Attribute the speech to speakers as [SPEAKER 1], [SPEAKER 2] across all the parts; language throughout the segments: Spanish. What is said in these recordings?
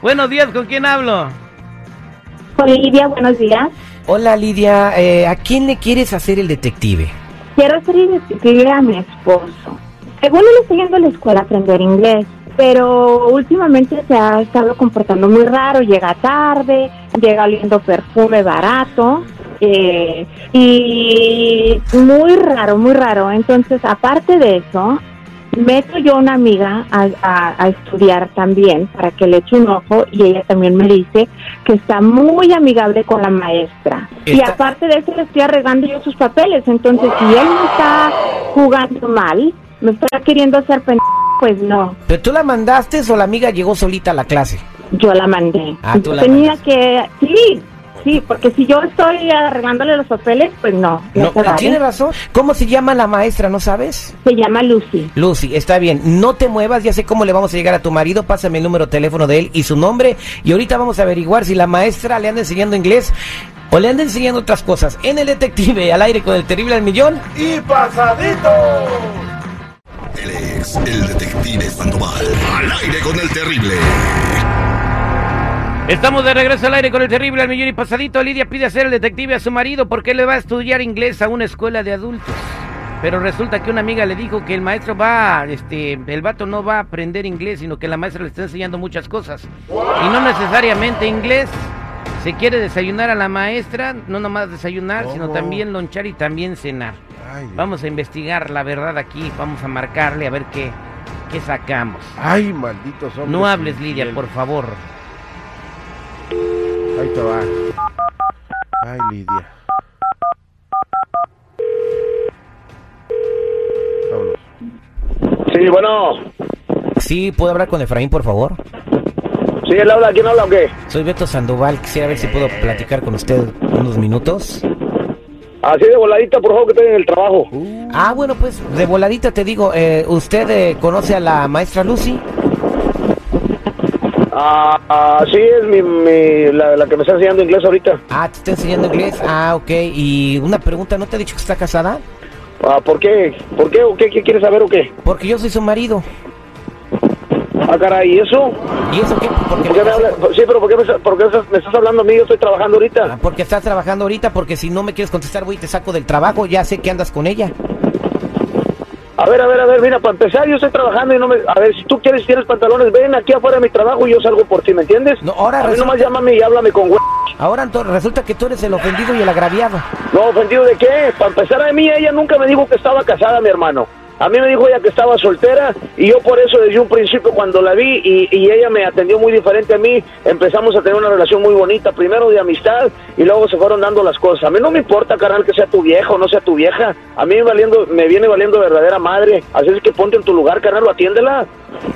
[SPEAKER 1] Buenos días, ¿con quién hablo?
[SPEAKER 2] Con Lidia, buenos días.
[SPEAKER 3] Hola Lidia, eh, ¿a quién le quieres hacer el detective?
[SPEAKER 2] Quiero hacer indescriptible a mi esposo. Según él está yendo a la escuela a aprender inglés, pero últimamente se ha estado comportando muy raro, llega tarde, llega oliendo perfume barato. eh, y muy raro, muy raro. Entonces, aparte de eso, meto yo a una amiga a, a- a estudiar también para que le eche un ojo y ella también me dice que está muy amigable con la maestra. Y
[SPEAKER 3] Está-
[SPEAKER 2] aparte de eso le estoy arreglando yo sus papeles, entonces si él me está jugando mal, me está queriendo hacer pen... pues no,
[SPEAKER 3] ¿Pero tú la mandaste o la amiga llegó solita a la clase?
[SPEAKER 2] yo la mandé.
[SPEAKER 3] Ah, tú
[SPEAKER 2] Yo
[SPEAKER 3] la
[SPEAKER 2] tenía
[SPEAKER 3] mandaste.
[SPEAKER 2] que... Sí, sí, porque si yo estoy arreglándole los papeles, pues no. no
[SPEAKER 3] No,
[SPEAKER 2] se vale.
[SPEAKER 3] tiene razón. ¿Cómo se llama la maestra? ¿No sabes?
[SPEAKER 2] Se llama Lucy.
[SPEAKER 3] Lucy, está bien. No te muevas, ya sé cómo le vamos a llegar a tu marido. Pásame el número de teléfono de él y su nombre. Y ahorita vamos a averiguar si la maestra le anda enseñando inglés o le anda enseñando otras cosas. En el detective, al aire con el terrible al millón.
[SPEAKER 4] y pasadito.
[SPEAKER 5] Él es el detective Sandoval. Al aire con el terrible.
[SPEAKER 1] Estamos de regreso al aire con el terrible al millón y pasadito. Lidia pide hacer el detective a su marido porque le va a estudiar inglés a una escuela de adultos. Pero resulta que una amiga le dijo que el maestro va, este, el vato no va a aprender inglés, sino que la maestra le está enseñando muchas cosas. Y no necesariamente inglés. Se quiere desayunar a la maestra, no nomás desayunar, sino
[SPEAKER 4] ¿Cómo?
[SPEAKER 1] también lonchar y también cenar.
[SPEAKER 4] Ay,
[SPEAKER 1] Vamos a investigar la verdad aquí, vamos a marcarle a ver qué, qué sacamos.
[SPEAKER 4] ay, malditos hombres.
[SPEAKER 3] pues,
[SPEAKER 1] No hables,
[SPEAKER 4] sin
[SPEAKER 1] Lidia,
[SPEAKER 4] piel.
[SPEAKER 1] por favor.
[SPEAKER 4] Ahí te va. Ay, Lidia. Vámonos.
[SPEAKER 6] Sí, bueno.
[SPEAKER 3] Sí, ¿puedo hablar con Efraín, por favor?
[SPEAKER 6] Sí, él habla. ¿Quién habla o qué?
[SPEAKER 3] Soy Beto Sandoval. Quisiera ver si puedo platicar con usted unos minutos.
[SPEAKER 6] Así de voladita, por favor, que estoy en el trabajo.
[SPEAKER 3] Ah, bueno, pues de voladita te digo, eh, ¿usted eh, conoce a la maestra Lucy?
[SPEAKER 6] Ah, ah, sí, es mi, mi- la, la que me está enseñando inglés ahorita.
[SPEAKER 3] Ah, te está enseñando inglés. Ah, ok. Y una pregunta, ¿no te ha dicho que está casada?
[SPEAKER 6] Ah, ¿Por qué? ¿Por qué o qué, qué quieres saber o qué?
[SPEAKER 3] Porque yo soy su marido.
[SPEAKER 6] Ah, caray, ¿y eso?
[SPEAKER 3] ¿Y eso qué? Porque,
[SPEAKER 6] ¿Por qué me hablas? Sí, pero ¿por qué, me, está- por qué estás- me estás hablando a mí? Yo estoy trabajando
[SPEAKER 3] Ah,
[SPEAKER 6] ahorita.
[SPEAKER 3] porque estás trabajando ahorita, porque si no me quieres contestar, voy y te saco del trabajo. Ya sé que andas con ella.
[SPEAKER 6] A ver, a ver, a ver, mira, para empezar, yo estoy trabajando y no me... A ver, si tú quieres, si tienes pantalones, ven aquí afuera de mi trabajo y yo salgo por ti, ¿me entiendes?
[SPEAKER 3] No, ahora
[SPEAKER 6] A mí
[SPEAKER 3] resulta-
[SPEAKER 6] nomás llámame y háblame con güey.
[SPEAKER 3] Ahora ento- resulta que tú eres el ofendido y el agraviado.
[SPEAKER 6] No, ofendido de qué? Para empezar a mí, ella nunca me dijo que estaba casada, mi hermano. A mí me dijo ella que estaba soltera y yo por eso desde un principio cuando la vi y, y ella me atendió muy diferente a mí, empezamos a tener una relación muy bonita, primero de amistad y luego se fueron dando las cosas. A mí no me importa, carnal, que sea tu viejo o no sea tu vieja. A mí me, valiendo, me viene valiendo verdadera madre. Así es que ponte en tu lugar, carnal, o atiéndela.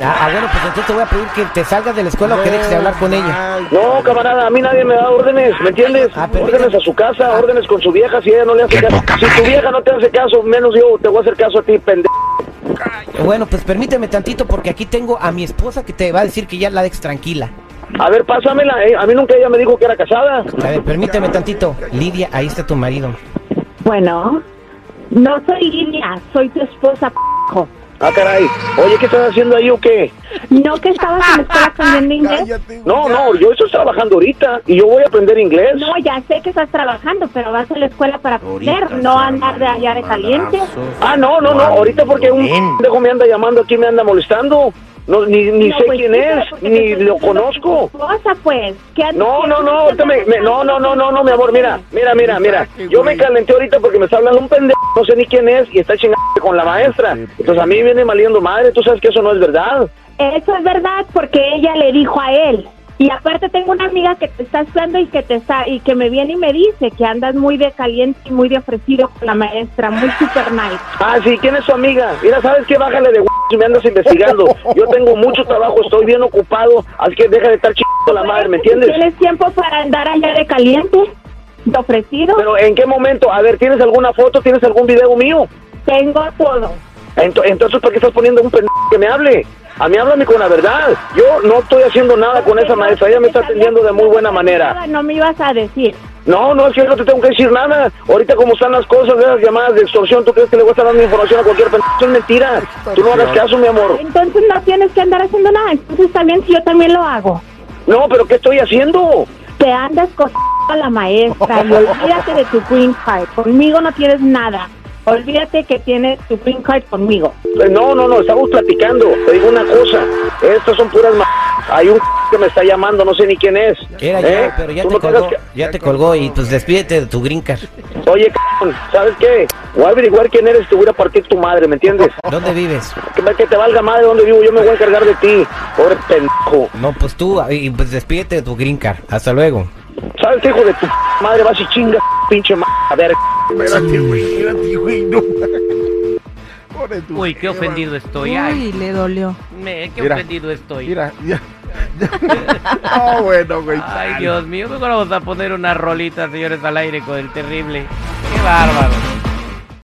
[SPEAKER 3] Ah, ah, bueno, pues entonces te voy a pedir que te salgas de la escuela o que dejes de hablar con ella.
[SPEAKER 4] Ay,
[SPEAKER 6] No, camarada, a mí nadie me da órdenes, ¿me entiendes?
[SPEAKER 3] Ah, pero-
[SPEAKER 6] órdenes a su casa,
[SPEAKER 2] Ah.
[SPEAKER 6] órdenes con su vieja si ella no le hace
[SPEAKER 5] Qué
[SPEAKER 6] caso.
[SPEAKER 5] poca
[SPEAKER 6] Si tu
[SPEAKER 5] madre.
[SPEAKER 6] vieja no te hace caso, menos yo te voy a hacer caso a ti, pendejo.
[SPEAKER 3] Bueno, pues permíteme tantito porque aquí tengo a mi esposa que te va a decir que ya la dejes tranquila.
[SPEAKER 6] A ver, pásamela. eh. A mí nunca ella me dijo que era casada.
[SPEAKER 3] A ver, permíteme tantito. Lidia, ahí está tu marido.
[SPEAKER 2] Bueno, no soy Lidia, soy tu esposa. p***o.
[SPEAKER 6] Ah, caray. Oye, ¿qué estás haciendo ahí o qué?
[SPEAKER 2] No que estabas en la escuela aprendiendo inglés.
[SPEAKER 4] cállate,
[SPEAKER 6] No,
[SPEAKER 4] güey.
[SPEAKER 6] no, yo estoy trabajando ahorita y yo voy a aprender inglés.
[SPEAKER 2] No, ya sé que estás trabajando, pero vas a la escuela para aprender,
[SPEAKER 4] Ahorita
[SPEAKER 2] no
[SPEAKER 4] se
[SPEAKER 2] andar de
[SPEAKER 4] arman
[SPEAKER 2] allá de
[SPEAKER 4] los
[SPEAKER 2] caliente.
[SPEAKER 4] madrazos.
[SPEAKER 6] Ah, no, no, no, ahorita porque un
[SPEAKER 4] Ven.
[SPEAKER 6] pendejo me anda llamando aquí, me anda molestando. No, ni ni
[SPEAKER 2] No,
[SPEAKER 6] sé
[SPEAKER 2] pues,
[SPEAKER 6] quién
[SPEAKER 2] sí, pero
[SPEAKER 6] es,
[SPEAKER 2] porque
[SPEAKER 6] ni
[SPEAKER 2] estás
[SPEAKER 6] lo
[SPEAKER 2] diciendo que
[SPEAKER 6] conozco.
[SPEAKER 2] tu esposa, pues. ¿Qué andas
[SPEAKER 6] No, no,
[SPEAKER 2] haciendo?
[SPEAKER 6] no, ahorita me- me- no, no, no, no, no, mi amor, mira, mira, mira, mira. Yo me calenté ahorita porque me está hablando un pendejo, no sé ni quién es, y está chingando con la maestra. Entonces a mí viene maliendo madre, tú sabes que eso no es verdad.
[SPEAKER 2] Eso es verdad, porque ella le dijo a él. Y aparte tengo una amiga que te está hablando y que te está y que me viene y me dice que andas muy de caliente y muy de ofrecido con la maestra, muy super nice.
[SPEAKER 6] Ah, sí, ¿quién es su amiga? Mira, ¿sabes qué? Bájale de si me andas investigando. Yo tengo mucho trabajo, estoy bien ocupado, así que deja de estar chingando la madre, ¿me entiendes?
[SPEAKER 2] ¿Tienes tiempo para andar allá de caliente? ¿De ofrecido?
[SPEAKER 6] Pero ¿en qué momento? A ver, ¿tienes alguna foto? ¿Tienes algún video mío?
[SPEAKER 2] Tengo todo.
[SPEAKER 6] Ento- entonces, ¿por qué estás poniendo un pendejo que me hable? A mí háblame con la verdad. Yo no estoy haciendo nada Ah, con esa maestra, ella me está atendiendo de muy buena manera.
[SPEAKER 2] No me ibas a decir.
[SPEAKER 6] No, no, es que yo no te tengo que decir nada. Ahorita como están las cosas de las llamadas de extorsión, ¿tú crees que le voy a estar dando información a cualquier pendejo? Eso es mentira. Tú no hagas caso, mi amor.
[SPEAKER 2] Entonces no tienes que andar haciendo nada. Entonces también si yo también lo hago.
[SPEAKER 6] No, pero ¿qué estoy haciendo?
[SPEAKER 2] Te andas con a la maestra y olvídate de tu green card. Conmigo no tienes nada. Olvídate que tienes tu green card conmigo.
[SPEAKER 6] Eh, No, no, no, estamos platicando. Te digo una cosa. Estas son puras m... Hay un que me está llamando, no sé ni quién es.
[SPEAKER 3] Era
[SPEAKER 6] ¿Eh?
[SPEAKER 3] yo, pero ya
[SPEAKER 6] Tú
[SPEAKER 3] te
[SPEAKER 6] no tengas
[SPEAKER 3] colgó, ya te colgó y pues despídete de tu green card.
[SPEAKER 6] que- Oye, c... ¿sabes qué? Voy a averiguar quién eres y te voy a ir a partir tu madre, ¿me entiendes?
[SPEAKER 3] ¿Dónde vives?
[SPEAKER 6] Que, que te valga madre donde vivo, yo me voy a encargar de ti. Pobre pendejo.
[SPEAKER 3] No, pues tú, y pues despídete de tu green card. Hasta luego.
[SPEAKER 6] ¿Sabes qué, hijo de tu madre? Vas y chingas, pinche m... A ver,
[SPEAKER 4] Espérate, güey. Espérate, güey. No. Pobre tu
[SPEAKER 1] Uy, qué
[SPEAKER 4] jeva.
[SPEAKER 1] ofendido estoy. Ay,
[SPEAKER 7] Uy, le dolió.
[SPEAKER 1] me, qué
[SPEAKER 4] Mira,
[SPEAKER 1] ofendido estoy.
[SPEAKER 4] Mira, ya. No, bueno, güey.
[SPEAKER 1] pues Ay, Dios mío, mejor vamos a poner una rolita, señores, al aire con el terrible. Qué bárbaro.